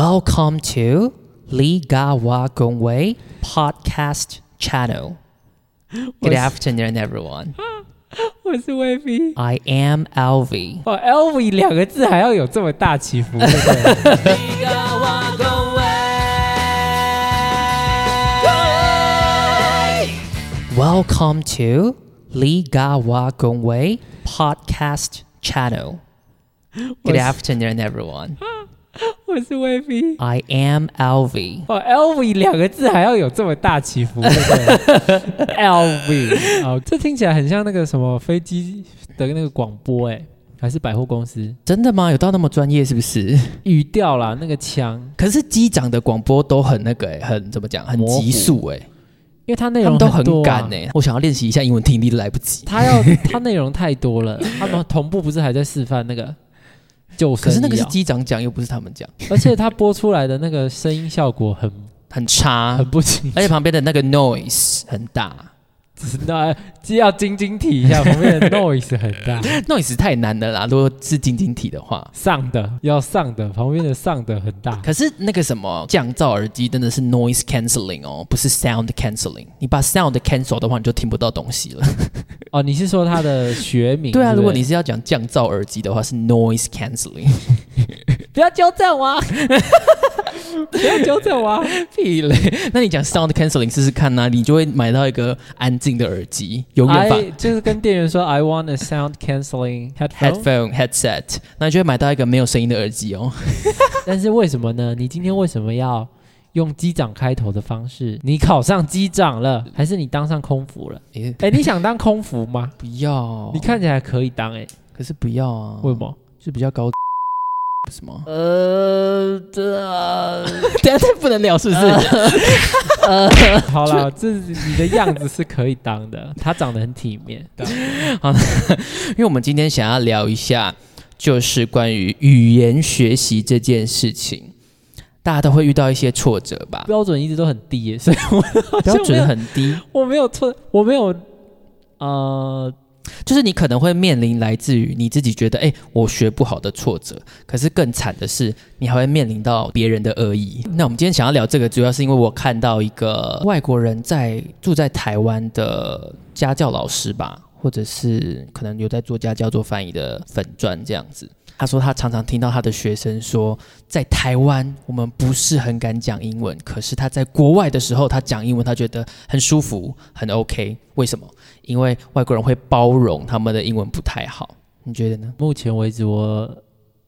Welcome to Ligawa Gongwei Podcast Channel. Good Was- afternoon, everyone. 我是魏 B。 I am Alvi. 哦，LV 两个字还要有这么大起伏，对 不对？ Welcome to Ligawa Gongwei Podcast Channel. Good Was- afternoon, everyone. 我是魏 B。 I am Alvi. 哦，LV 两个字还要有这么大起伏，对不对 ？LV，哦，这听起来很像那个什么飞机的那个广播，哎，还是百货公司真的吗？有到那么专业是不是？ 语调啦，那个腔，可是机长的广播都很那个、欸，很怎么讲，很模糊急速哎、欸因为它内他容们都很多啊赶哎、我想要练习一下英文听力都来不及。它要它内容太多了，他们同步不是还在示范那个救生可衣是啊、那个是机长讲，又不是他们讲，而且它播出来的那个声音效 果很很差很，不清楚而且旁边的那个 noise 很大那要晶晶体一下，旁边的 noise 很大。 ，noise 太难了啦。如果是晶晶体的话，上的要上的，旁边的上的很大。可是那个什么降噪耳机真的是 noise cancelling 哦，不是 sound cancelling。你把 sound cancel 的话，你就听不到东西了。哦，你是说它的学名？对啊，是如不是果你是要讲降噪耳机的话，是 noise cancelling。 不要纠正我，啊不要纠正我。啊屁嘞！那你讲 sound cancelling 试试看呐、你就会买到一个安静的耳机，永远把 I 就是跟店员说 I want a sound canceling headphone， headphone headset，那你就会买到一个没有声音的耳机哦。但是为什么呢？你今天为什么要用机长开头的方式？你考上机长了，还是你当上空服了？诶哎，你想当空服吗？不要，你，看起来可以当哎，可是不要啊，为什么？是比较高，不是吗？呃，这。 等下这不能聊是不是？ 好了，这你的样子是可以当 的，他长得很体面。因为我们今天想要聊一下，就是关于语言学习这件事情，大家都会遇到一些挫折吧？标准一直都很低耶，所以我标好像没有准很低，我没有错，我没有呃，就是你可能会面临来自于你自己觉得，哎、我学不好的挫折。可是更惨的是，你还会面临到别人的恶意。那我们今天想要聊这个，主要是因为我看到一个外国人在住在台湾的家教老师吧，或者是可能有在做家教做翻译的粉砖这样子。他说他常常听到他的学生说，在台湾我们不是很敢讲英文，可是他在国外的时候，他讲英文他觉得很舒服，很 OK。为什么？因为外国人会包容他们的英文不太好。你觉得呢目前为止我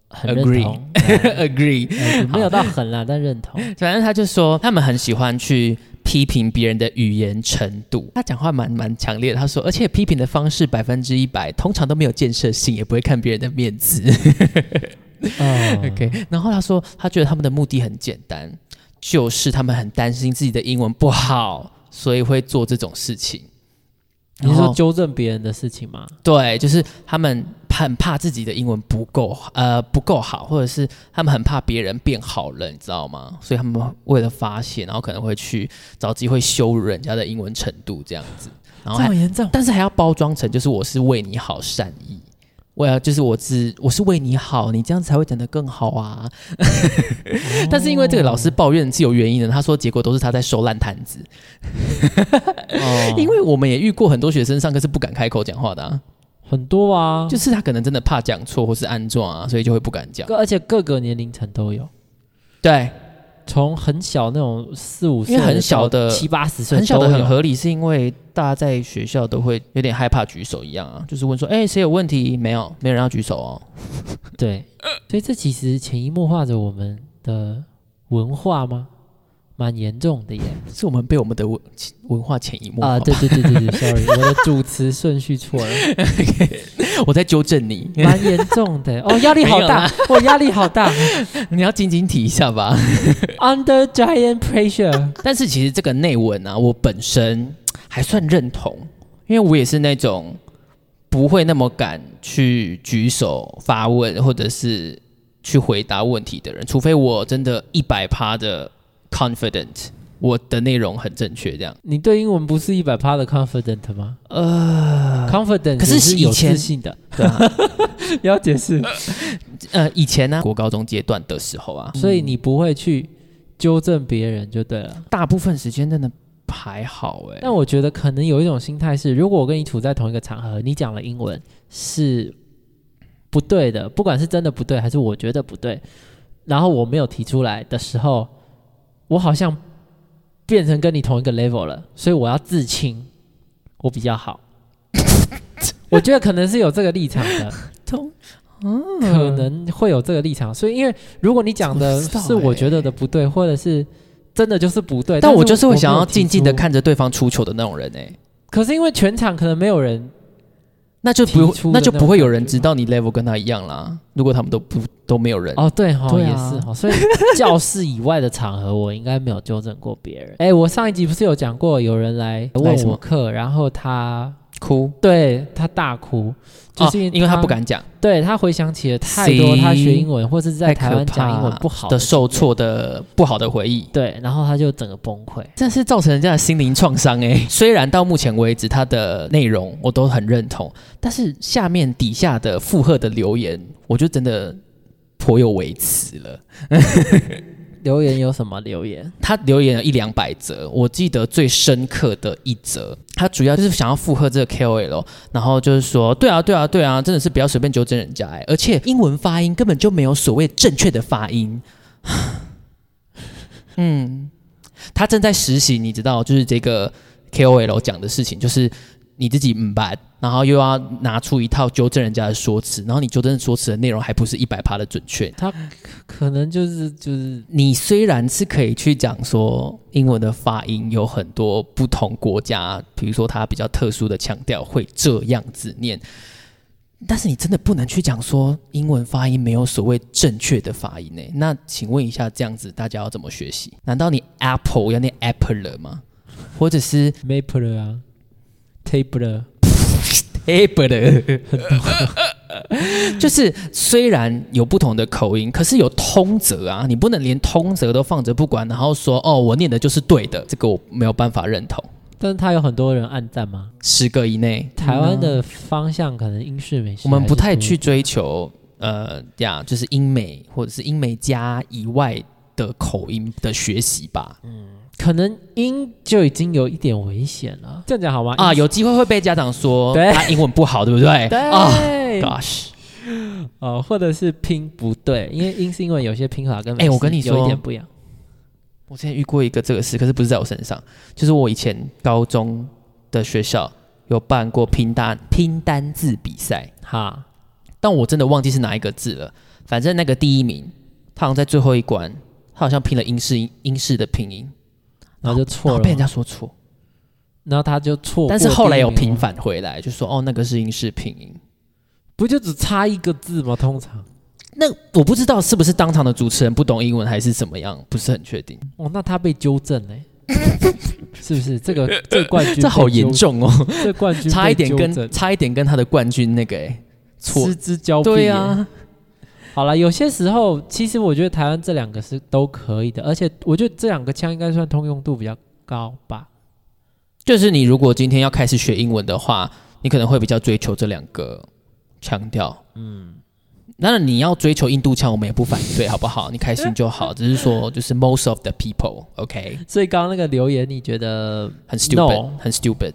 很认 Agree 同 ？Agree。 呃没有到很啦，但认同。反正他就说，他们很喜欢去批评别人的语言程度。他讲话蛮蛮强烈的，他说，而且批评的方式百分之一百，通常都没有建设性，也不会看别人的面子。 嗯 OK，然后他说，他觉得他们的目的很简单，就是他们很担心自己的英文不好，所以会做这种事情。你是然说后纠正别人的事情吗？对，就是他们很怕自己的英文不够呃不够好，或者是他们很怕别人变好了，你知道吗？所以他们为了发泄，然后可能会去找机会羞辱人家的英文程度这样子，然后这还么严 重？但是还要包装成就是我是为你好善意。我要就是我只我是为你好，你这样才会讲得更好啊。但是因为这个老师抱怨是有原因的，他说结果都是他在收烂摊子，哦因为我们也遇过很多学生上课是不敢开口讲话的、啊。很多啊，就就是他可能真的怕讲错或是安装啊，所以就会不敢讲。而且各个年龄层都有，对，从很小那种四五岁，因为很小的七八十岁很小的都很有合理，是因为大家在学校都会有点害怕举手一样啊，就是问说，哎、谁有问题？没有，没人要举手哦。对，所以这其实潜移默化着我们的文化吗？蛮严重的耶！是我们被我们的文文化潜移默化 啊，对对对对对，sorry，我 的主词顺序错 了，我在纠正你，蛮严重的 哦，压力好大，我压力好大 你要仅仅提一下吧。 ，under giant pressure。 但是其实这个内文啊，我本身还算认同，因为我也是那种不会那么敢去举手发问或者是去回答问题的人，除非我真的一百趴的 confident，我的内容很正确这样。你对英文不是一百趴的 confident 吗？呃，confident 可是 是有以前自信的，对啊，要解释 呃，以前呢、国高中阶段的时候啊，所以你不会去纠正别人就对了。大部分时间真的还好哎、但我觉得可能有一种心态是，如果我跟你处在同一个场合，你讲了英文是不对的，不管是真的不对还是我觉得不对，然后我没有提出来的时候，我好像变成跟你同一个 level 了，所以我要自清，我比较好。 我觉得可能是有这个立场 的，通嗯可能会有这个立场，所以因为如果你讲的我不知道是我觉得的不对，或者是真的就是不对，但我我就是会想要静静的看。看着对方出球的那种人哎、可是因为全场可能没有人，那就不提出的那就那不种会有感人觉知道你 level 跟他一样啦。如果他们都不都没有人，哦，对哈、对啊也是哈、所以教室以外的场合，我应该没有纠正过别人。哎，我上一集不是有讲过，有人来来问什么我课，然后他哭，对他大哭，就是哦因为因为他他不，敢讲对他回想起了太多 See？他学英文或是在太台可湾讲英文怕不好的的受挫的不好的回忆。对，然后他就整个崩溃。但是造成人家的心灵创伤 哎。虽然到目前为止它的内容我都很认同，但是下面底下的附和的留言，我就真的颇有微词了。留言有什么留言？他留言了一两百则，我记得最深刻的一则，他主要就是想要附和这个 KOL，然后就是说，对啊，对啊，对啊，真的是不要随便纠正人家哎、而且英文发音根本就没有所谓正确的发音。 嗯，他正在实习，你知道，就是这个 KOL 讲的事情，就是你自己嗯吧，然后又要拿出一套纠正人家的说辞，然后你纠正说辞的内容还不是一百趴的准确，他可可能就是就是你虽然是可以去讲说英文的发音有很多不同国家，比如说它比较特殊的腔调会这样子念，但是你真的不能去讲说英文发音没有所谓正确的发音呢、那请问一下，这样子大家要怎么学习？难道你 apple 要念 apple 了吗？或者是 maple 啊，table apple？就是虽然有不同的口音，可是有通则啊，你不能连通则都放着不管，然后说哦，我念的就是对的，这个我没有办法认同。但是他有很多人暗赞吗？十个以内，台湾的方向可能英式美啊式，我们不太去。追求呃呀，就是英美或者是英美加以外的口音的学习吧。可能英就已经有一点危险了。这样讲好吗？啊，有机会会被家长说对他英文不好，对不对？对啊、，Gosh，哦，或者是拼不对，因为英式英文有些拼法跟美哎式我跟你说有一点不一样。我之前遇过一个这个事，可是不是在我身上，就是我以前高中的学校有办过拼单拼单字比赛。哈，但我真的忘记是哪一个字了。反正那个第一名，他好像在最后一关，他好像拼了英式英式的拼音，然后就然错后了被人嘛，家说错。然后他就错但过第一名了。是后来有平反回来，就说哦，那个是英式拼音。不就只差一个字吗？通常那我不知道是不是当场的主持人不懂英文还是怎么样，不是很确定。哦，那他被纠正嘞、是不是？这个这个冠军 这好被纠严，重哦，这冠军被差一点纠正跟差一点跟他的冠军那个哎错失。之交臂。对啊，好了，有些时候其实我觉得台湾这两个是都可以的，而且我觉得这两个枪应该算通用度比较高吧。就是你如果今天要开始学英文的话，你可能会比较追求这两个腔调。嗯，当然你要追求印度腔，我们也不反对，好不好？你开心就好。只是说，就是 most of the people，OK，、所以刚刚那个留言，你觉得很 stupid，、 No 很 stupid。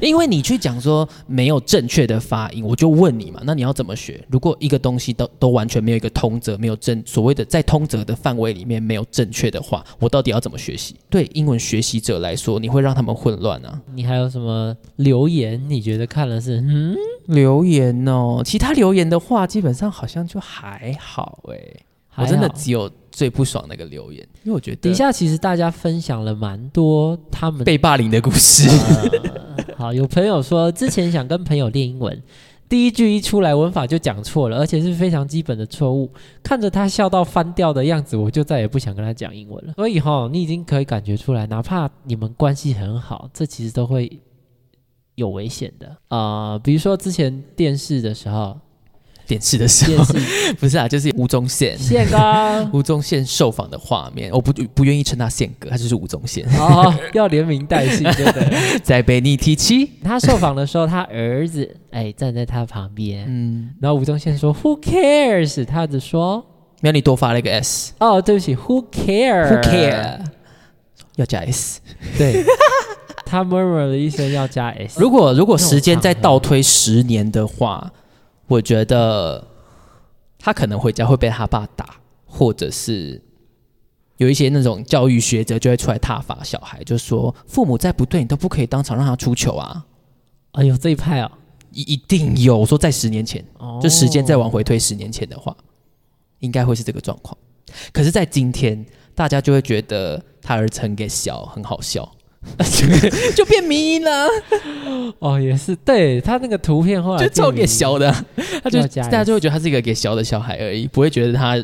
因为你去讲说没有正确的发音，我就问你嘛，那你要怎么学？如果一个东西都都完全没有一个通则，没有正所谓的在通则的范围里面没有正确的话，我到底要怎么学习？对英文学习者来说，你会让他们混乱啊。你还有什么留言？你觉得看了是嗯？留言哦，其他留言的话，基本上好像就还好哎、我真的还好只有最不爽那个留言，因为我觉得底下其实大家分享了蛮多他们的被霸凌的故事，呃好，有朋友说之前想跟朋友练英文，第一句一出来文法就讲错了，而且是非常基本的错误。看着他笑到翻掉的样子，我就再也不想跟他讲英文了。所以哈，你已经可以感觉出来，哪怕你们关系很好，这其实都会有危险的啊、呃比如说之前电视的时候， 电视的时电候，视 不是啊，就是 吴宗宪，宪哥。吴宗宪受访的画面，我不不愿意称他宪哥，他就是吴宗宪。 哦，要连名带姓，对不对？在被你提起，他受访的时候，他儿子哎站在他旁边，嗯，然后吴宗宪说 “Who cares”，他只说没有你多发了一个 S，Who、哦，对不起，Who care？Who care？要加 S。对，他 murmur 了一声要加 s。如果如果时间再倒推十年的话，我觉得他可能回家会被他爸打，或者是有一些那种教育学者就会出来挞伐小孩，就说父母再不对你都不可以当场让他出糗啊，哎呦这一派哦，一一定有。我说在十年前，哦就时间再往回推十年前的话，应该会是这个状况。可是，在今天，大家就会觉得他儿子很给笑，很好笑， 就变迷因了，啊哦也是，对他那个图片后来就超变给迷笑的啊、他就要加大家就会觉得他是一个给小的小孩而已，不会觉得他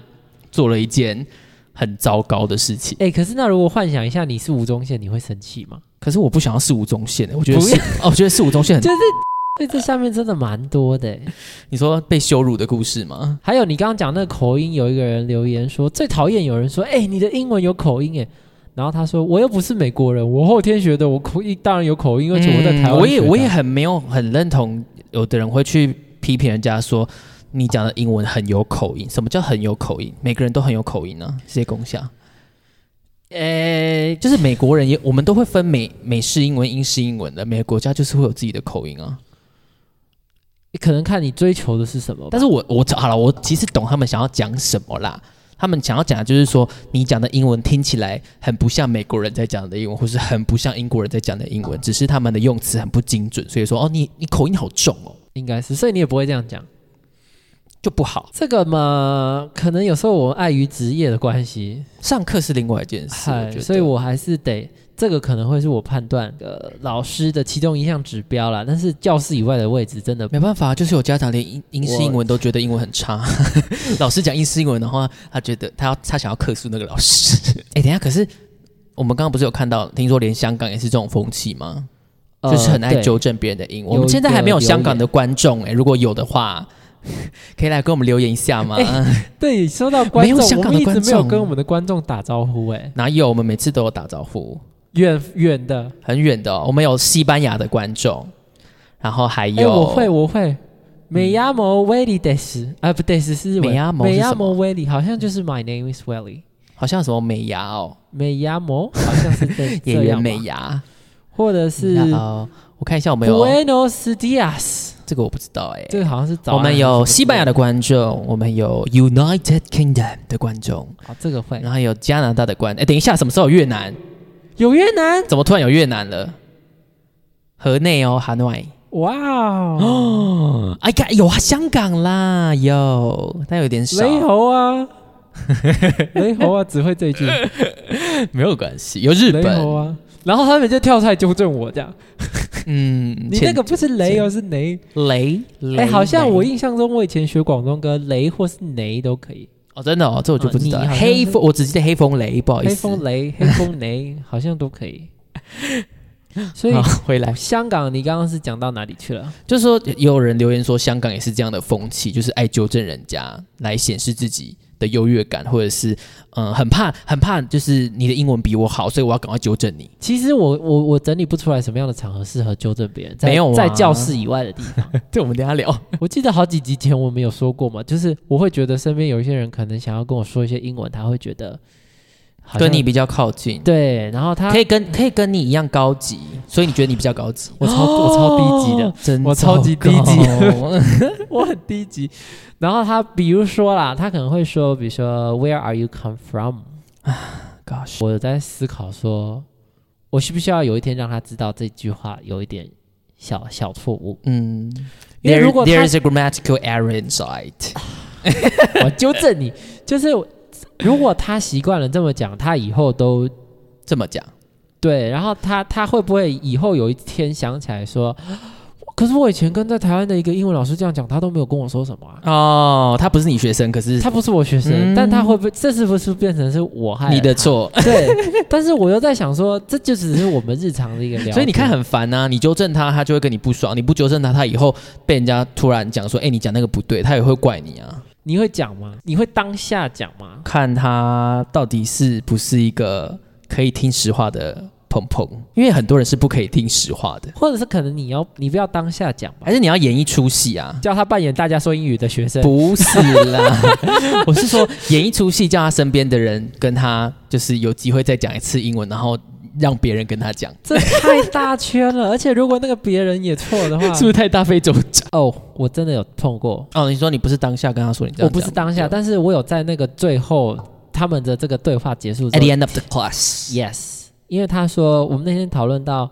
做了一件很糟糕的事情。哎、可是那如果幻想一下你是吴宗宪，你会生气吗？可是我不想要四五中线的，我觉得不是 要哦，我觉得四五中线很就，是对这下面真的蛮多的欸。你说被羞辱的故事吗？还有你刚刚讲那个口音，有一个人留言说最讨厌有人说，哎、你的英文有口音哎。然后他说我又不是美国人，我后天学的，我口音当然有口音，而且我在台嗯湾、我也我也。很没有很认同，有的人会去批评人家说你讲的英文很有口音。什么叫很有口音？每个人都很有口音啊，这些功 效。哎、呃就是美国人也，我们都会分美美式英文、英式英文的，每个国家就是会有自己的口音啊。可能看你追求的是什么吧。但是我我好了，我其实懂他们想要讲什么啦。他们想要讲的就是说，你讲的英文听起来很不像美国人在讲的英文，或是很不像英国人在讲的英文，只是他们的用词很不精准，所以说哦，你你口音好重哦，应该是，所以你也不会这样讲。就不好。这个嘛，可能有时候我碍于职业的关系，上课是另外一件事，我嗨，觉得所以我还是得这个可能会是我判断呃老师的其中一项指标啦。但是教室以外的位置真的没办法，啊就是有家长连英英式我英文都觉得英文很差， 老师讲英式英文的话，他觉得他要他想要克诉那个老师。 哎、等一下，可是我们刚刚不是有看到，听说连香港也是这种风气吗？呃就是很爱对纠正别人的英文。我有们现在还没有香港一的观众哎、如果有的话，可以来跟我们留言一下吗？哎对，说到观没有众，香港的我们一观直没有众跟我们的观众打招呼、哎，哪有？我们每次都有打招呼，远远的，很远的哦、我们有西班牙的观众，然后还哎、有、嗯我会，我会。美亚摩威利德斯啊，不对，是是日文美亚摩是美亚什么嗯摩威利，好像就是 My name is Welly。好像有什么美牙哦，美亚摩好像是 这演这员样美吧牙。或者是然后我看一下啊我们有 Buenos Dias，这个我不知道哎、这个好像是早我们有西班牙的，的观众，我们有 United Kingdom 的观众，哦，这个会然后有加拿大的观。哎，等一下，什么时候有越南？有越南，怎么突然有越南了？河内哦，海内。哇哦， 嗯，哎呀，有啊，香港啦，有，但有点少，雷猴 啊，雷猴啊，只会这一句，没有关系，有日雷猴本，啊，然后他们就跳出来纠正我这样，嗯，你那前个不是雷哦，是雷，雷，哎，雷好像我雷印象中我以前学广东歌，雷或是雷都可以，哦，真的哦，这我就不知道哦你了。好像是黑风，我只记得黑风雷，不好意黑思风， 雷、黑风雷好像都可 以，所以好，回来。香港你刚刚是讲到哪里去了？就是说，也有人留言说，香港也是这样的风气，就是爱纠正人家来显示自己的优越感，或者是嗯，很怕很怕，就是你的英文比我好，所以我要赶快纠正 你。其实我我我整理不出来什么样的场合适合纠正别人，在没有啊在教室以外的地方。这我们等一下聊。 我记得好几集前我们有说过嘛，就是我会觉得身边有一些人可能想要跟我说一些英文，他会觉得好像跟你比较靠近，对，然后他可以跟可以跟你一样高级，所以你觉得你比较高级？哦我超我超低级的，真我超级糟糕低 我很低级。然后他比如说啦，他可能会说，比如说 Where are you come from？ Gosh，我有在思考说，我需不需要有一天让他知道这句话有一点小小错误？嗯因为，There 如果他 there is a grammatical error inside。我纠正你， 就是如果他习惯了这么讲，他以后都这么讲，对，然后他他会不会以后有一天想起来说，我可是我以前跟在台湾的一个英文老师这样讲，他都没有跟我说什么啊。哦，他不是你学生，可是他不是我学生，嗯但他会不会这是不是变成是我害了你的他？ 错，对， 但是我又在想说，这就只是我们日常的一个聊天。所以你看很烦呐、你纠正他，他就会跟你不爽；你不纠正他，他以后被人家突然讲说，哎、你讲那个不对，他也会怪你啊。你会讲吗？你会当下讲吗？ 看他到底是不是一个可以听实话的鹏鹏，因为很多人是不可以听实话的，或者是可能你要你不要当下讲吧还，是你要演一出戏啊？叫他扮演大家说英语的学生。哎不是啦，我是说演一出戏，叫他身边的人跟他，就是有机会再讲一次英文，然后让别人跟他讲，这太大圈 了，而且如果那个别人也错的话，是不是太大费周章？哦，我真的有碰过，哦，你说你不是当下跟他说你这我样讲，不是当下，对但是我有在那个最后他们的这个对话结束之 at 后 the end of the class， ，yes，因为他说我们那天讨论到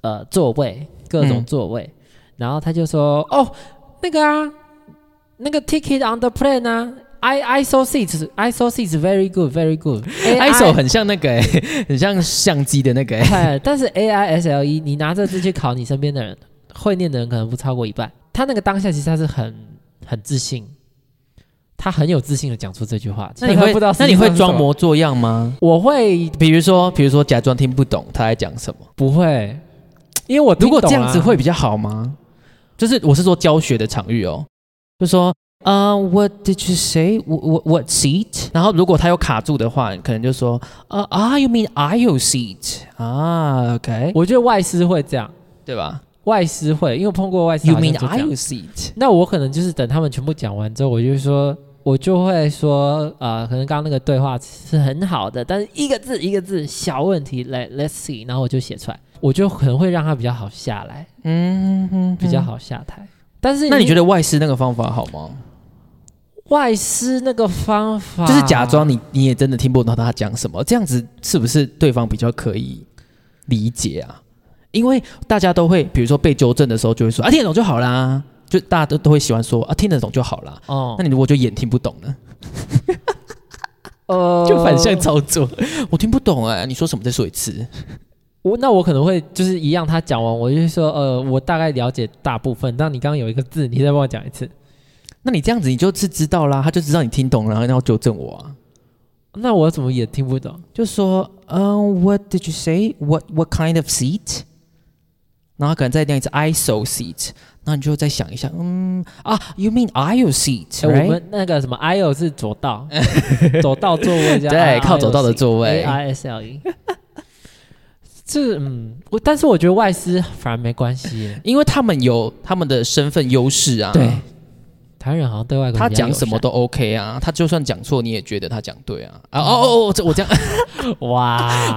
呃座位各种嗯座位，然后他就说哦那个啊那个 ticket on the plane 啊。I I saw seats, I saw seats, very good, very good. i s o 很像那个、欸，很像相机的那个、欸。哎，但是 A I S L E，你拿这字去考你身边的人，会念的人可能不超过一半。他那个当下其实他是很很自信，他很有自信的讲出这句话。那你其会实他不知道，那你会装模？模作样吗？我会比如说，比如说假装听不懂他在讲什么。不会？因为我听如果懂这啊样子会比较好吗？就是我是说教学的场域哦，就说呃、w h a t did you say？我我我 seat？然后如果他有卡住的话，可能就说呃、啊，you mean I you seat？啊，OK，我觉得外师会这样，对吧外师会，因为我碰过外师？You 好像 mean 就这 I 样 you seat？那我可能就是等他们全部讲完之后，我就说，我就会说，呃，可能刚刚那个对话是很好的，但是一个字一个字小问题，来 let's see，然后我就写出来，我就可能会让他比较好下来，嗯，哼比较。好下台。但是那你觉得外师那个方法好吗？外师那个方法，就是假装你你也真的听不懂他讲什么，这样子是不是对方比较可以理解啊？因为大家都会，比如说被纠正的时候，就会说啊听得懂就好啦，就大家都都会喜欢说啊听得懂就好啦。哦那，你如果就演听不懂呢，呃就反向操作，我听不懂哎、你说什么？再说一次。我那我可能会就是一样，他讲完我就说，呃，我大概了解大部分，但你刚刚有一个字，你再帮我讲一次。那你这样子你就是知道啦，他就知道你听懂了，然后要纠正我啊，那我怎么也听不懂？就说嗯、w h a t did you say? What what kind of seat? 然后可能再念一次 I so seat，那你就再想一下，嗯啊，You mean I o seat？、哎， right？我们那个什么 I O 是左 道，走道座位加对 IO 靠走道的座位 A I S L E。这嗯，我但是我觉得外师反而没关 系耶。因为他们有他们的身份优势啊，对，台湾人好像对外国人他比较讲什么都 OK 啊，他就算讲错你也觉得他讲对啊，啊嗯哦哦哦，这我这样友善 哇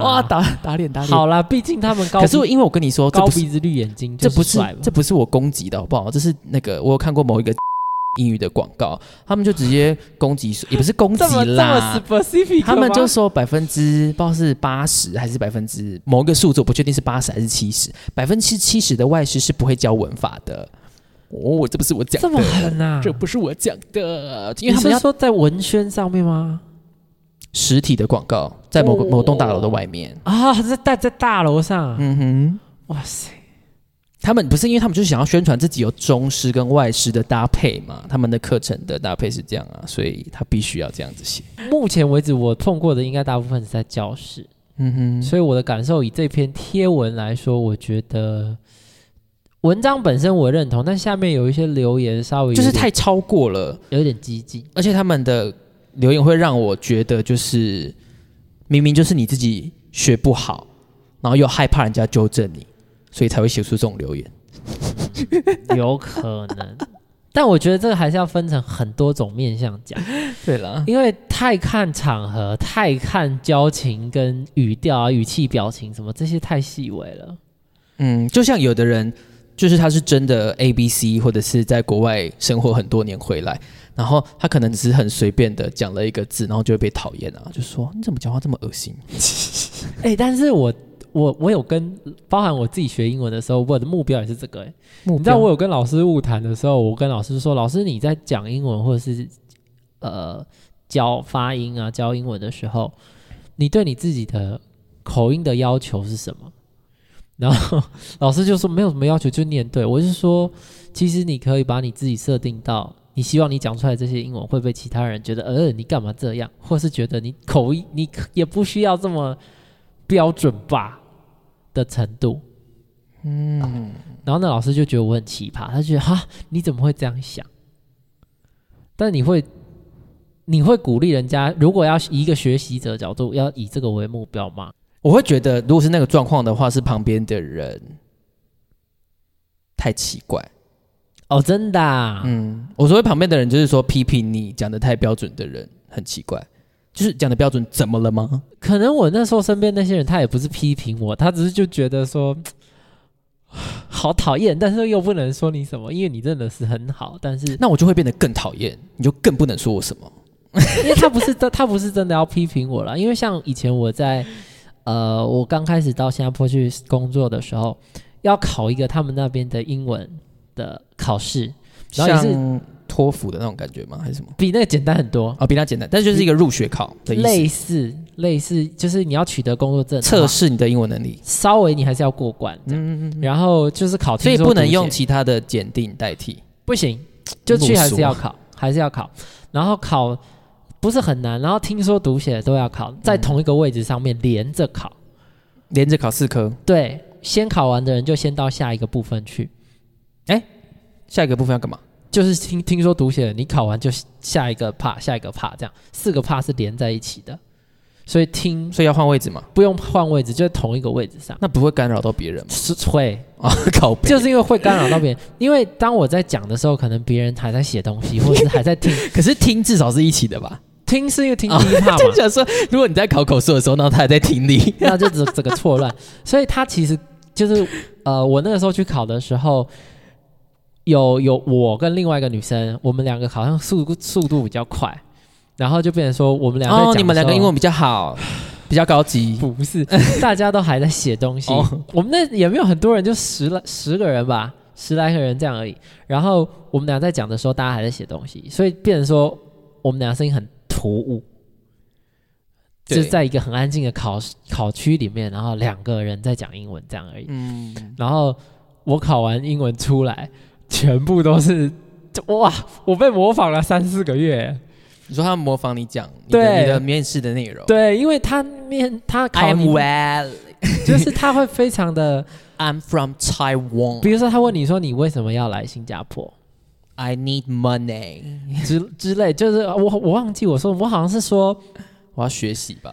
哇打打脸打脸，啊好啦，毕竟他们高可是鼻因为我跟你说，这高不是鼻子绿眼睛这就不是是帅嘛，这不是我攻击的好不好？这是那个我有看过某一个英语的广告，他们就直接攻击，也不是攻击这么这么啦。 specific，他们吗就说百分之不知道是八十还是百分之某一个数字，我不确定是八十还是七十，百分之七十的外师是不会教文法的。哦，这不是我讲这么的，狠啊！这不是我讲的，因为因为他他们们要说在文宣上面吗？实体的广告，在某个哦某栋大楼的外面。啊，在在在大楼上啊，哦嗯哼。哇塞！他们不是因为他们就是想要宣传自己有中式跟外式的搭配嘛，他们的课程的搭配是这样啊，所以他必须要这样子写。目前为止我碰过的应该大部分是在教室，嗯哼，所以我的感受以这篇贴文来说，我觉得文章本身我认同，但下面有一些留言稍微有就是点太超过了，有点激进。而且他们的留言会让我觉得就是明明就是你自己学不好，然后又害怕人家纠正你，所以才会写出这种留言。有可能。 但我觉得这个还是要分成很多种面向讲，对啦，因为太看场合、太看交情跟语调啊、语气、表情什么这些太细微了。嗯，就像有的人，就是他是真的 A B C，或者是在国外生活很多年回来，然后他可能只是很随便的讲了一个字，然后就会被讨厌啊，就说你怎么讲话这么恶心？哎、但是我我我有跟包含我自己学英文的时候，我的目标也是这个、欸。你你知道我有跟老师误谈的时候，我跟老师说，老师你在讲英文或者是呃教发音啊教英文的时候，你对你自己的口音的要求是什么？ 然后老师就说没有什么要求，就念对。我是说，其实你可以把你自己设定到，你希望你讲出来这些英文会被其他人觉得，呃，你干嘛这样，或是觉得你口音你可也不需要这么标准吧的程度。嗯，然后那老师就觉得我很奇葩，他就觉得哈你怎么会这样想？但你会你会鼓励人家，如果要以一个学习者的角度，要以这个为目标吗？我会觉得，如果是那个状况的话，是旁边的人太奇怪。哦，真的、啊，嗯，我所谓旁边的人，就是说批评你讲的太标准的人很奇怪，就是讲的标准怎么了吗？可能我那时候身边那些人，他也不是批评我，他只是就觉得说 好讨厌，但是又不能说你什么，因为你真的是很好，但是那我就会变得更讨厌，你就更不能说我什么。因为他不是真，他不是真的要批评我了，因为像以前我在呃，我刚开始到新加坡去工作的时候，要考一个他们那边的英文的考试，然后也是像托福的那种感觉吗？还是什么？比那个简单很多，哦，比它简单，但是就是一个入学考的意类思，似类似，就是你要取得工作证的话测，试你的英文能力。稍微你还是要过关，嗯嗯嗯，然后就是考听所以说不能读用写其他的检定代替。不行，就去路还是数啊要考，还是要考。然后考不是很难，然后听说读写都要考，嗯在同一个位置上面连着考。连着考四科，对，先考完的人就先到下一个部分去。下一个部分要干嘛？就是听听说读写，你考完就下一个 part，下一个 part 这样，四个 part 是连在一起的，所以听所以要换位置嘛？不用换位置，就在同一个位置上。那不会干扰到别人 吗？是会，啊，考背就是因为会干扰到别人。因为当我在讲的时候，可能别人还在写东西，或是还在听。可是听至少是一起的吧？听是因为听第一 part 嘛就， 想说，如果你在考口述的时候，然后他还在听你，那就整整个错乱。所以他其实就是呃，我那个时候去考的时候，有有我跟另外一个女生，我们两个好像速度速度比较快，然后就变成说我们两个在讲哦，的你们两个时英候文比较 好，比较高级。不 是大家都还在写东西哦，我们那也没有很多人，就十来十个人吧，十来个人这样而已。然后我们俩在讲的时候，大家还在写东西，所以变成说我们俩声音很突兀。就对是在一个很安静的考试考区里面，然后两个人在讲英文这样而已。嗯，然后我考完英文出来，全部都是就 哇，我被模仿了三四个月。你说他模仿你讲你的对你的面试的内容，对，因为他面他考 I'm 你 well, 就是他会非常的， I'm from Taiwan. 比如说他问你说你为什么要来新加坡 I need money. 之之类，就是我我忘记我说我好像是说我要学习吧，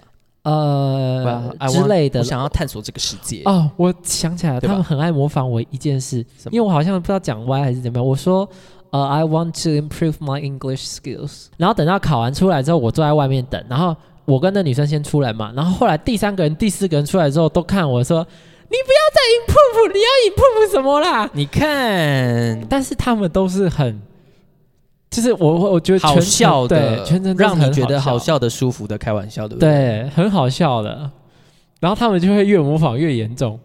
我要呃 I 之 want- 类的我想要探索这个世界。哦，我想起来了，对他吧们很爱模仿我一件事，什么因为我好像不知道讲歪还是怎么样，我说呃，I want to improve my English skills。然后等到考完出来之后，我坐在外面等，然后我跟那女生先出来嘛，然后后来第三个人、第四个人出来之后，都看我说你不要再 improve，你要 improve 什么啦？你看，但是他们都是很，就是我我我觉得全好程笑的，对，全程都是让你很觉得好好，笑的、舒服的开玩笑，对不对？对，很好笑的。然后他们就会越模仿越严重，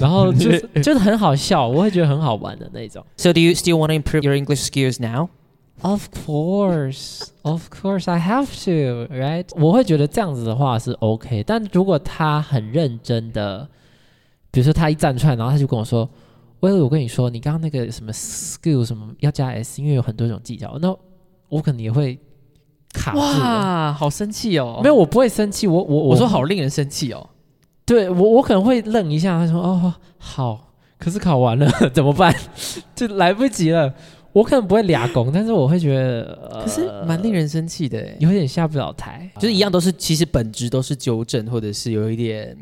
然后就是 就是很好笑，我会觉得很好玩的那种。 So do you still want to improve your English skills now? Of course, of course, I have to, right？我会觉得这样子的话是 OK，但如果他很认真的，比如说他一站出来，然后他就跟我说：“喂，我跟你说，你刚刚那个什么 skill 什么要加 s，因为有很多种技巧。”那我可能也会卡住了。，好生气哦没有，我不会生气，我我我说，好令人生气哦。对我我可能会愣一下，他说：“哦，好，可是考完了 怎么办？就来不及了。”我可能不会俩拱，但是我会觉得，呃可是蛮令人生气的欸耶，有点下不了台，就是一样都是，其实本质都是纠正，或者是有一点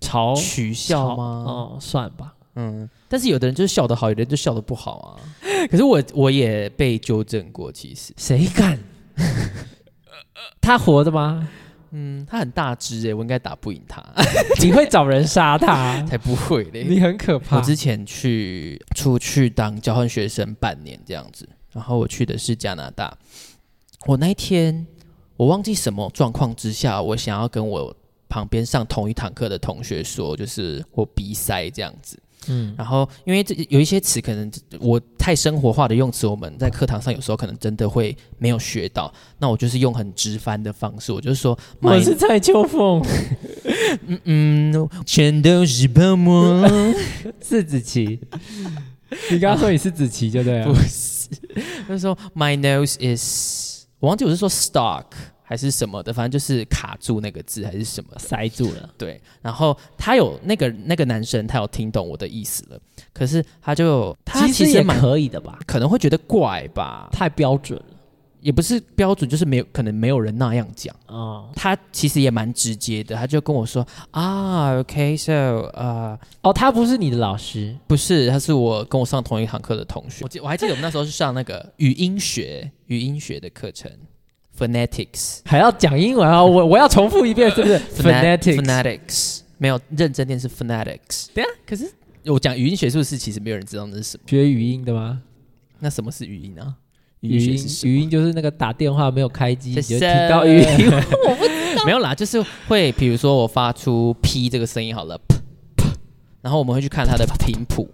嘲取笑吗？哦，算吧。嗯，但是有的人就是笑得好，有的人就笑得不好啊。 可是我我也被纠正过，其实，谁敢？ 他活的吗？ 嗯，他很大只哎，我应该打不赢他， 你会找人杀他？才不会嘞。你很可怕我。之前去出去当交换学生半年这样子，然后我去的是加拿大。我那一天我忘记什么状况之下，我想要跟我旁边上同一堂课的同学说，就是我鼻塞这样子。嗯，然后因为这有一些词可能我太生活化的用词，我们在课堂上有时候可能真的会没有学到。那我就是用很直翻的方式，我就是说， 我 my 是蔡秋凤。嗯嗯，全都是泡 沫。是子琪，你刚刚说你是子琪就对了不。是，那时候 my nose is，我忘记我是说 stuck 还是什么的，反正就是卡住那个字还是什么的。塞住了，对，然后他有那个那个男生，他有听懂我的意思了，可是他就他其其实实也蛮可以的吧，可能会觉得怪吧，太标准了。也不是标准，就是没有可能没有人那样讲。哦、他其实也蛮直接的，他就跟我说啊，OK，so，、呃，哦，他不是你的老师，不是，他是我跟我上同一堂课的同学。我记我还记得我们那时候是上那个语音学语音学的课程，phonetics，还要讲英文 啊！我我要重复一遍，是不是？Phonetics， phonetics，没有认真念是 phonetics。对啊，可是我讲语音学是不是其实没有人知道那是什么？学语音的吗？那什么是语音啊？语学音是什么语音就是那个打电话没有开机，你谢就谢听到 语音。没有啦，就是会比如说我发出 p 这个声音好了，噗噗然后我们会去看它的频谱，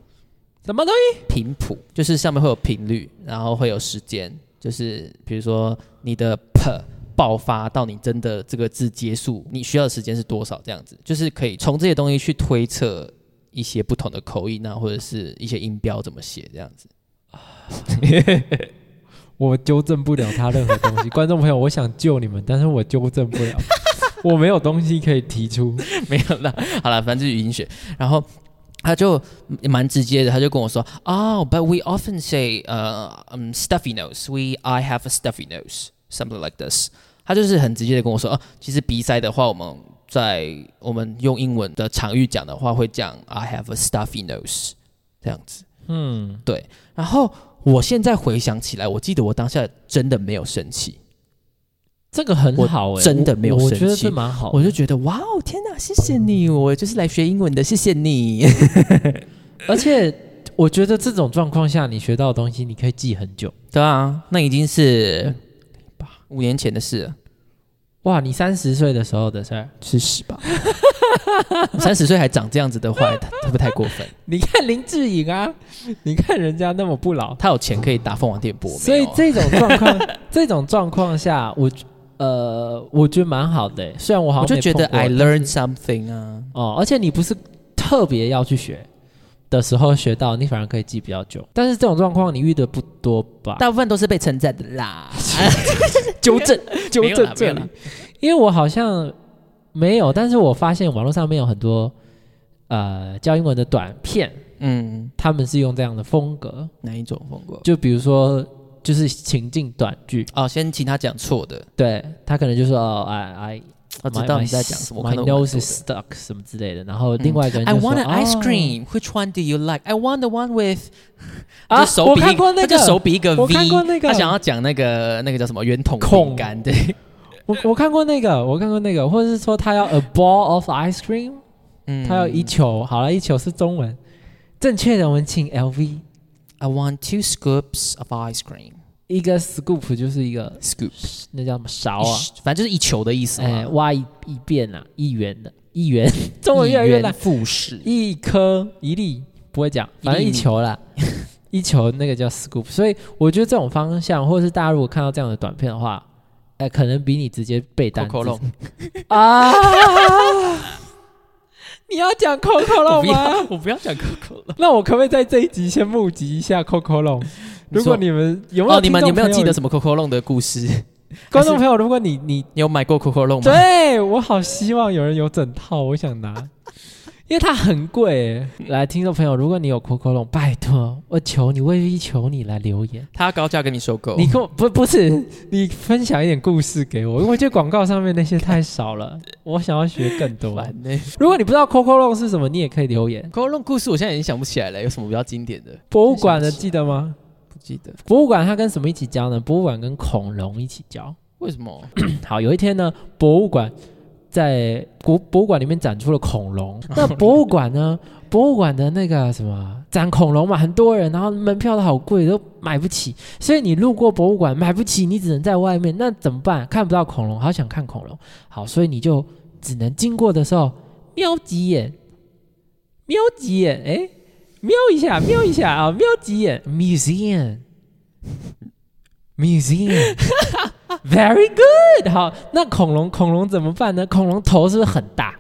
什么东西？频谱就是上面会有频率，然后会有时间，就是比如说你的 p 爆发到你真的这个字结束，你需要的时间是多少？这样子就是可以从这些东西去推测一些不同的口音啊，或者是一些音标怎么写这样子。我纠正不了他任何东西。观众朋友，我想救你们，但是我纠正 不了，我没有东西可以提出。没有啦，好了，反正就是语音学。然后他就蛮直接的，他就跟我说哦、b u t we often say 呃、um stuffy nose. We I have a stuffy nose, something like this. 他就是很直接的跟我说，哦、其实鼻塞的话，我们在我们用英文的场域讲的话，会讲 I have a stuffy nose 这样子。嗯，然后我现在回想起来，我记得我当下真的没有生气，这个很好哎、我真的没有我我生觉得气这蛮好的。我就觉得哇哦，天哪，谢谢你，我就是来学英文的，谢谢你。 而且我觉得这种状况下，你学到的东西你可以记很久。对啊，那已经嗯是五年前的事了，哇，你三十岁的时候的事儿，是十吧？ 三十岁还长这样子的话，他会不会太过分？你看林志颖啊， 你看人家那么不老，他有钱可以打凤凰电波，所没以有啊这种 状况，这种状况下，我呃，我觉得蛮好的欸。虽然我好我像就没觉得碰过 I 但是 learned something 啊。哦，而且你不是特别要去学的时候学到，你反而可以记比较久。但是这种状况你遇的不多吧？大部分都是被称赞的 啦，纠 正纠没有啦正没这有里啦，因为我好像没有，但是我发现网络上面有很多呃教英文的短片，嗯，他们是用这样的风格，哪一种风格？就比如说就是情境短剧，哦，先请他讲错的，对他可能就说哦，I I 我哦知道你在讲什么，我 My 看到我 nose 蛮 is stuck 什么之类的，然后另外一个人多的 I 就说 want an ice 哦 cream. Which one do you like? I want the one with 啊就，手我比一看过那他个就手比一个 V，我看过那个他想要讲那个那个叫什么圆筒孔饼干，对，我我看过那个，我看过那个，或者是说他要 a ball of ice cream，嗯他要一球，好了，一球是中文，正确的我们请 LV， I want two scoops of ice cream. 一个 scoop 就是一个 Scoop，那叫什么勺啊，反正就是一啊球的意思哎，嘛。挖一一遍啊，一元的一元， 中文越来越一元啊烂，复式一颗一粒不会讲，反正一球啦，一球那个叫 scoop，所以我觉得这种方向，或者是大家如果看到这样的短片的话，哎、可能比你直接背单词，Coco 龙， 啊。你要讲 Coco 我龙 不吗？要，我不要讲 Coco 龙。那我可不可以在这一集先募集一下 Coco 龙？你说如果你们有没有、哦，你们有没有记得什么 Coco 龙的故事？ 观众朋友？如果你你你有买过 Coco 龙吗？对我好希望有人有整套，我想 拿，因为它很贵欸。来，听众朋友，如果你有 Coco 龙，拜托，我求你，我一求你来留言。他要高价跟你收购。 你跟我不不是你分享一点故事给我，因为我觉得广告上面那些太 少了，我想要学更多。烦呢、如果你不知道 Coco 龙是什么，你也可以留言。 Coco 龙故事我现在已经想不起来了，有什么比较经典的？博物馆的记得吗？不记得。博物馆它跟什么一起教呢？博物馆跟恐龙一起教。为什么？好，有一天呢，博物馆在国博物馆里面展出了恐 龙。那博物馆呢，博物馆的那个什么展恐龙嘛，很多人，然后门票都好贵，都买不起。所以你路过博物馆买不起，你只能在外面，那怎么办？看不到恐龙，好想看恐龙。好，所以你就只能经过的时候瞄几眼，瞄几眼，哎，瞄一下，瞄一下啊，瞄几眼，museum。Museum, very good。好，那恐龙恐龙怎么办呢？恐龙头是不是很大？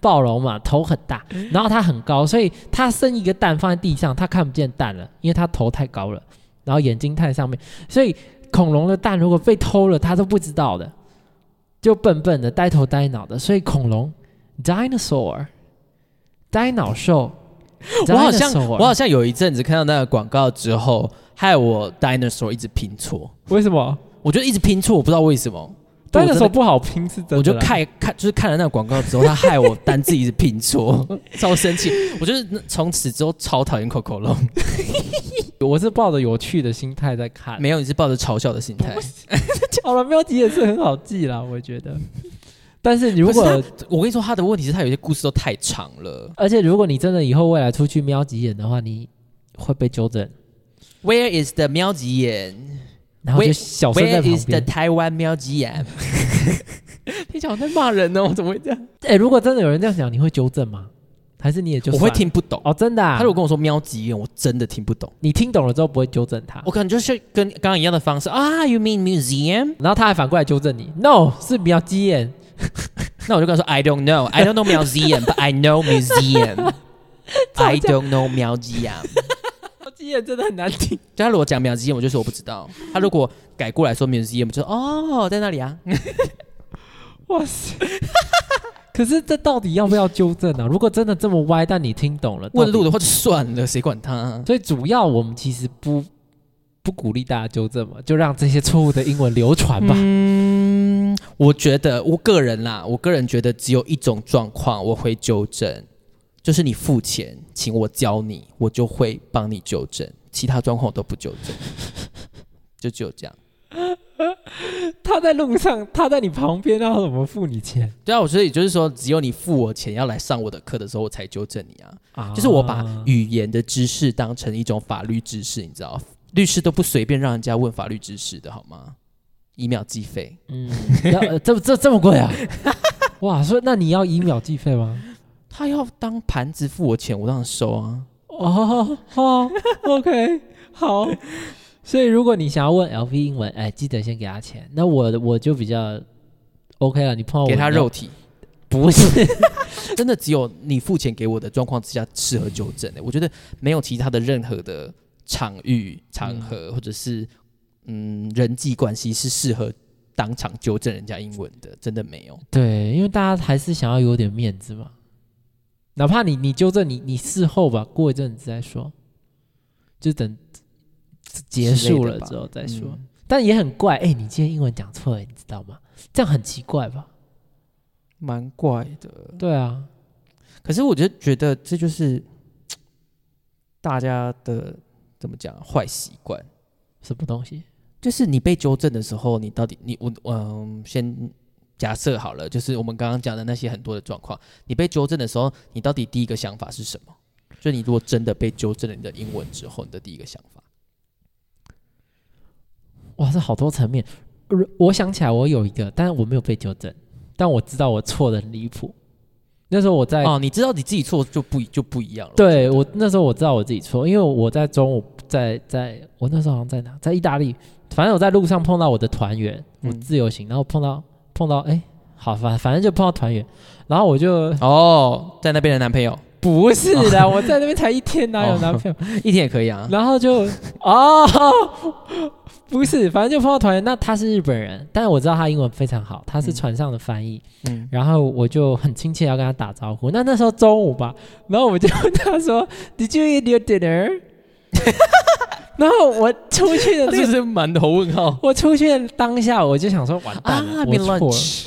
暴龙嘛，头很大，然后它很高，所以它生一个蛋放在地上，它看不见蛋了，因为它头太高了，然后眼睛太上面，所以恐龙的蛋如果被偷了，它都不知道的，就笨笨的、呆头呆脑的。所以恐龙 （dinosaur） 呆脑兽， 我好像 dinosaur 我好像有一阵子看到那个广告之后，害我 dinosaur 一直拼错，为什么我觉得一直拼错，我不知道为什么。但我真的 dinosaur 不好拼是真的啦？我就看看，就是看了那个广告之后，他害我单字一直拼错， 超生气。我就是那从此之后超讨厌 Coco 龙，我是抱着有趣的心态在 看。没有，你是抱着嘲笑的心态。 好了，标题也是很好记啦，我觉得。 但是如不果，我跟你说，他的问题是他有些故事都太长了。而且如果你真的以后未来出去瞄几眼的话，你会被纠正， Where is the 喵吉眼然后就 Where- 小声在？Where 旁 is the 边。台湾喵吉 眼？你讲我在骂人呢，哦我怎么会这样？哎、如果真的有人这样讲，你会纠正吗？还是你也就我算会了听不懂。哦，真的、啊。他如果跟我说喵吉眼，我真的听不懂。你听懂了之后不会纠正他，我可能就是跟刚刚一样的方式啊，You mean museum？然后他还反过来纠正你，no 是瞄几眼，那我就跟他说 I don't know，I don't know museum，but I know museum 。I don't know museum。瞄几眼真的很难听。就他如果讲 museum，我就说我不知道；他如果改过来说 museum，我就说哦，在那里啊。哇塞！ 可是这到底要不要纠正呢、啊如果真的这么歪，但你听懂了，问到底嗯路的话就算了，谁管他啊、所以主要我们其实不不鼓励大家纠正嘛，就让这些错误的英文流传吧。嗯，我觉得我个人啦，我个人觉得只有一种状况我会纠正，就是你付钱请我教你，我就会帮你纠正，其他状况我都不纠正，就只有这样。 他在路上，他在你旁边，他怎么付你钱对啊，我所以就是说，只有你付我钱要来上我的课的时候，我才纠正你啊。啊就是我把语言的知识当成一种法律知识，你知道，律师都不随便让人家问法律知识的好吗？以秒计费， 嗯，要呃这这这么贵啊？ 哇，所以那你要以秒计费吗？他要当盘子付我钱，我当然收啊。哦哦，OK，好。所以如果你想要问 LV 英文，哎，记得先给他钱。那我我就比较 OK 了，你碰到哦我给他你要肉体，不是？真的只有你付钱给我的状况之下适合纠正的、欸我觉得没有其他的任何的场域、场合、或者是嗯人际关系是适合当场纠正人家英文的，真的没有。对，因为大家还是想要有点面子嘛，哪怕你你纠正你你事后吧，过一阵子再说，就等结束了之后再说。嗯但也很怪，哎、你今天英文讲错了，你知道吗？这样很奇怪吧？蛮怪的。对啊，可是我就觉得这就是大家的怎么讲坏习惯，什么东西？就是你被纠正的时候，你到底你我嗯、先假设好了，就是我们刚刚讲的那些很多的状况，你被纠正的时候，你到底第一个想法是什么？就你如果真的被纠正了你的英文之后，你的第一个想法，哇，这好多层面。呃我想起来，我有一个，但是我没有被纠正，但我知道我错的很离谱。那时候我在哦，你知道你自己错就不就不一样了。对我我那时候我知道我自己错，因为我在中午在在我那时候好像在哪，在意大利，反正我在路上碰到我的团员，我嗯自由行，然后碰到碰到哎、好反反正就碰到团员，然后我就觉得哦，在那边的男朋友不是的，我在那边才一天哪有哦男朋友，一天也可以啊。然后就哦，不是，反正就碰到团员，那他是日本人，但是我知道他英文非常好，他是嗯船上的翻译，嗯，然后我就很亲切地要跟他打招呼。那那时候中午吧，然后我就问他说：“Did you eat your dinner？” 然后我出去的他那就个，是满头问号我出去的当下，我就想说完蛋了，啊我，mean 错了。 lunch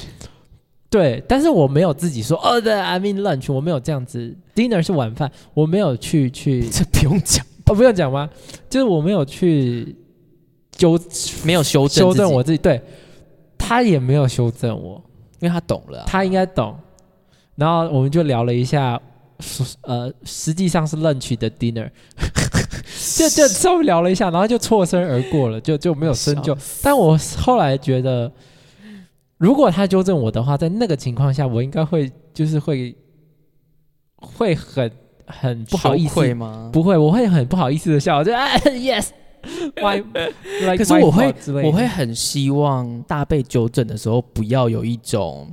对，但是我没有自己说哦，对，I mean lunch，我没有这样子。Dinner 是晚饭，我没有去去，这不用讲，哦，不用讲吗？就是我没有去纠没有修正修自己正我自己，对他也没有修正我。因为他懂了、啊。他应该懂。然后我们就聊了一下，呃，实际上是 lunch 的 dinner，就就稍微聊了一下，然后就错身而过了，就就没有深究。但我后来觉得，如果他纠正我的话，在那个情况下，我应该会就是会会很很不好意羞愧思，吗？不会，我会很不好意思的笑，就啊 yes，my like 可是 my 我会 fault 之类的我会很希望大被纠正的时候，不要有一种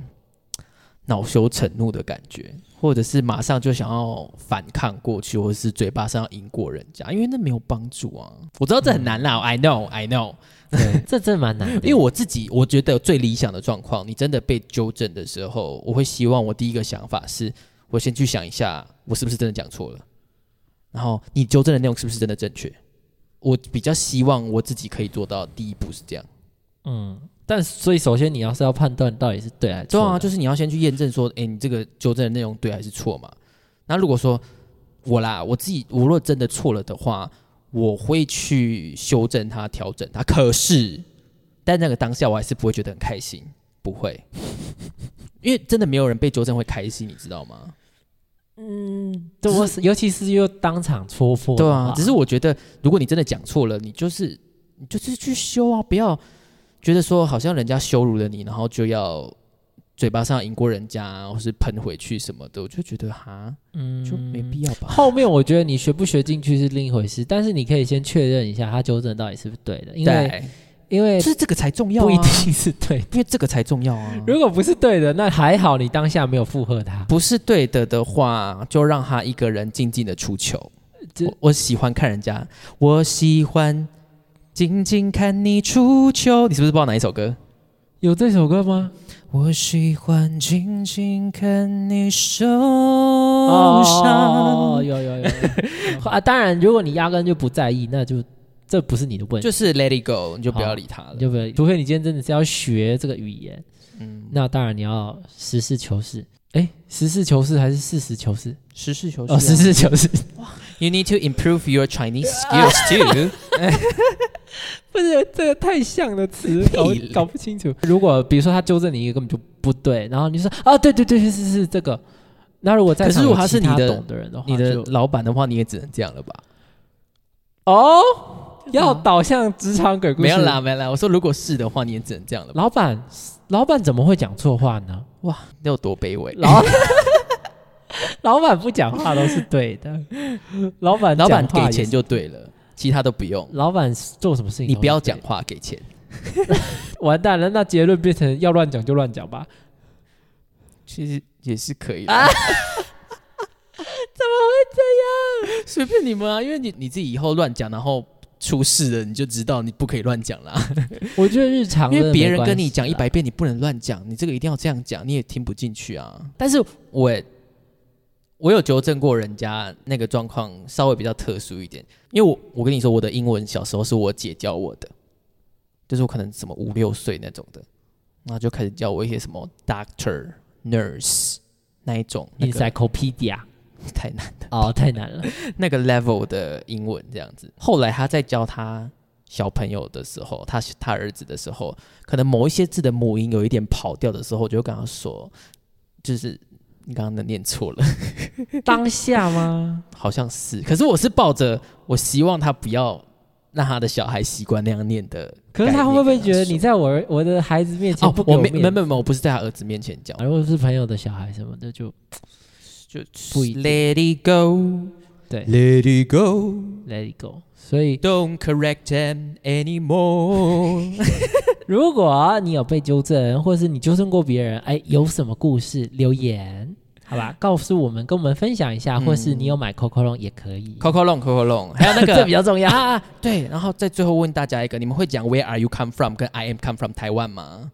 恼羞成怒的感觉，或者是马上就想要反抗过去，或者是嘴巴上要赢过人家，因为那没有帮助啊。我知道这很难啦、i know，I know。对，这真的蛮难的，因为我自己我觉得最理想的状况，你真的被纠正的时候，我会希望我第一个想法是，我先去想一下，我是不是真的讲错了，然后你纠正的内容是不是真的正确。我比较希望我自己可以做到第一步是这样。嗯，但所以首先你要是要判断到底是对还是对错的，啊，就是你要先去验证说，诶，你这个纠正的内容对还是错嘛？那如果说我啦，我自己我如果真的错了的话，我会去修正它、调整它。可是，但那个当下我还是不会觉得很开心，不会，因为真的没有人被纠正会开心，你知道吗？对我尤其是又当场戳破的对话，啊，只是我觉得，如果你真的讲错了，你就是你就是去修啊，不要觉得说好像人家羞辱了你，然后就要嘴巴上赢过人家，或是喷回去什么的，我就觉得哈，嗯就没必要吧。后面我觉得你学不学进去是另一回事，但是你可以先确认一下他纠正到底是不是嗯对的，因为对，因为就是这个才重要、啊，不一，定是对的。因为这个才重要啊。如果不是对的，那还好你当下没有附和他。不是对的的话，就让他一个人静静的出糗。这我我喜欢看人家，我喜欢静静看你出糗。你是不是不知道哪一首歌？有这首歌吗？我喜欢静静看你受哦，伤，有有有有 啊！当然，如果你压根就不在意，那就这不是你的问题，就是 Let it go，你就不要理他了你。就不除非你今天真的是要学这个语言，嗯，那当然你要实事求是。哎，实事求是还是事实求是？实事求是、啊哦，实事求是。 You need to improve your Chinese skills too 。 不是这个太像的词，搞 屁嘞搞不清楚。如果比如说他纠正你一个根本就不对，然后你就说啊，对对对，是是是这个。那如果在可是场如果有他其是你的懂的人的话，你的就老板的话，你也只能这样了吧？哦，要导向职场鬼故事没有啦，。没有啦。我说如果是的话，你也只能这样了吧？老板，老板怎么会讲错话 呢？哇，那有多卑微？老 老板不讲话都是对的，老板老板讲话给也钱是，就对了，其他都不用。老板做什么事情你不要都是对讲的，话，给钱。完蛋了，那结论变成要乱讲就乱讲吧。其实也是可以啊啊。怎么会这样？随便你们啊，因为你你自己以后乱讲，然后出事了，你就知道你不可以乱讲啦。我觉得日常因真为的别没人关跟你系讲一啦百遍，你不能乱讲，你这个一定要这样讲，你也听不进去啊。但是我我有纠正过人家那个状况，稍微比较特殊一点，因为我我跟你说，我的英文小时候是我姐教我的，就是我可能什么五六岁那种的，然后就开始教我一些什么 doctor、nurse 那一种，那个 encyclopedia 太难了。 哦，太难了。那个 level 的英文这样子。后来他在教他小朋友的时候，他他儿子的时候，可能某一些字的母音有一点跑掉的时候，我就会跟他说，就是你刚刚的念错了，当下吗？好像是。 可是我是抱着我希望他不要让他的小孩习惯那样念的概 可念跟是他他说。会不会觉得你在我儿我的孩子面前哦不？给我没面没子？没没，我不是在他儿子面前讲，如果是朋友的小孩什么的，就就不一定 Let it go, 对 let it go, let it go。所以， don't correct him anymore 。如果啊你有被纠正，或是你纠正过别人，哎，有什么故事留言？好吧，告诉我们，跟我们分享一下，嗯或是你有买 Coco 龙也可以。 Coco Long Coco Long，还有 那 这个比较重要。啊啊，对，然后再最后问大家一个，你们会讲 Where are you come from 跟 I am come from 台湾 吗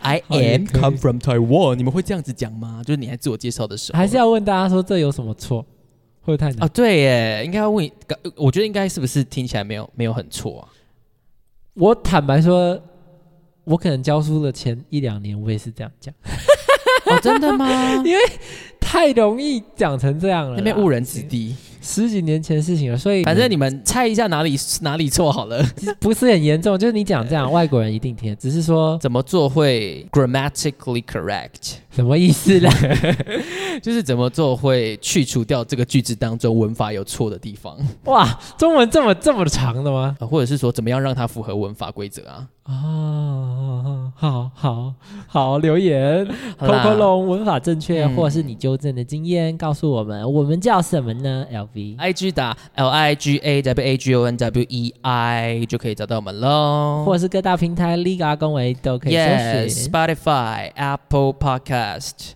？I 好也 am 可以 come from Taiwan，你们会这样子讲吗？Oh, 就是你在自我介绍的时候，还是要问大家说这有什么错？会不会太难啊？？对耶，应该要问你，呃我觉得应该是不是听起来没有没有很错啊？我坦白说，我可能教书的前一两年，我也是这样讲。 哦，真的吗？太容易讲成这样了啦， 那边误人子弟，十几年前的事情了，所以反正你们猜一下哪里哪里错好了。其实不是很严重。就是你讲这 样，外国人一定听，只是说怎么做会 grammatically correct？什么意思啦？ 就是怎么做会去除掉这个句子当中文法有错的地方？哇，中文这么这么长的吗？呃，或者是说怎么样让它符合文法规则啊？啊，好好好，留言好啦 Coco 龙文法正确，嗯或者是你纠正的经验，告诉我们，我们叫什么呢？L V。 I G 打 L I G A W A G O N W E I 就可以找到我们喽，或者是各大平台 Liga 公维都可以哦 Yes, 搜寻。 Spotify, Apple Podcast,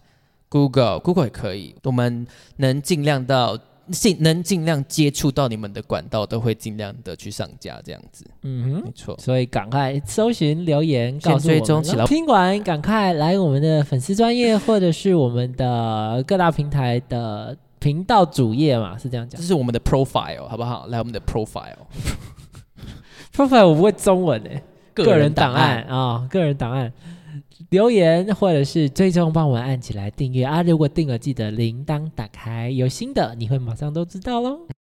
Google, Google 也可以。我们能尽量到尽能尽量接触到你们的管道，都会尽量的去上架，这样子。嗯哼。没错，所以赶快搜寻留言，先告诉追我踪们起咯。来听完赶快来我们的粉丝专业，或者是我们的各大平台的频道主页嘛，是这样讲这。是我们的 profile，好不好？来，我们的 profile， profile 我不会中文诶、个人档案案。啊、个人档案留言或者是追踪，帮我们按起来订阅啊！如果订了，记得铃铛打开，有新的你会马上都知道喽。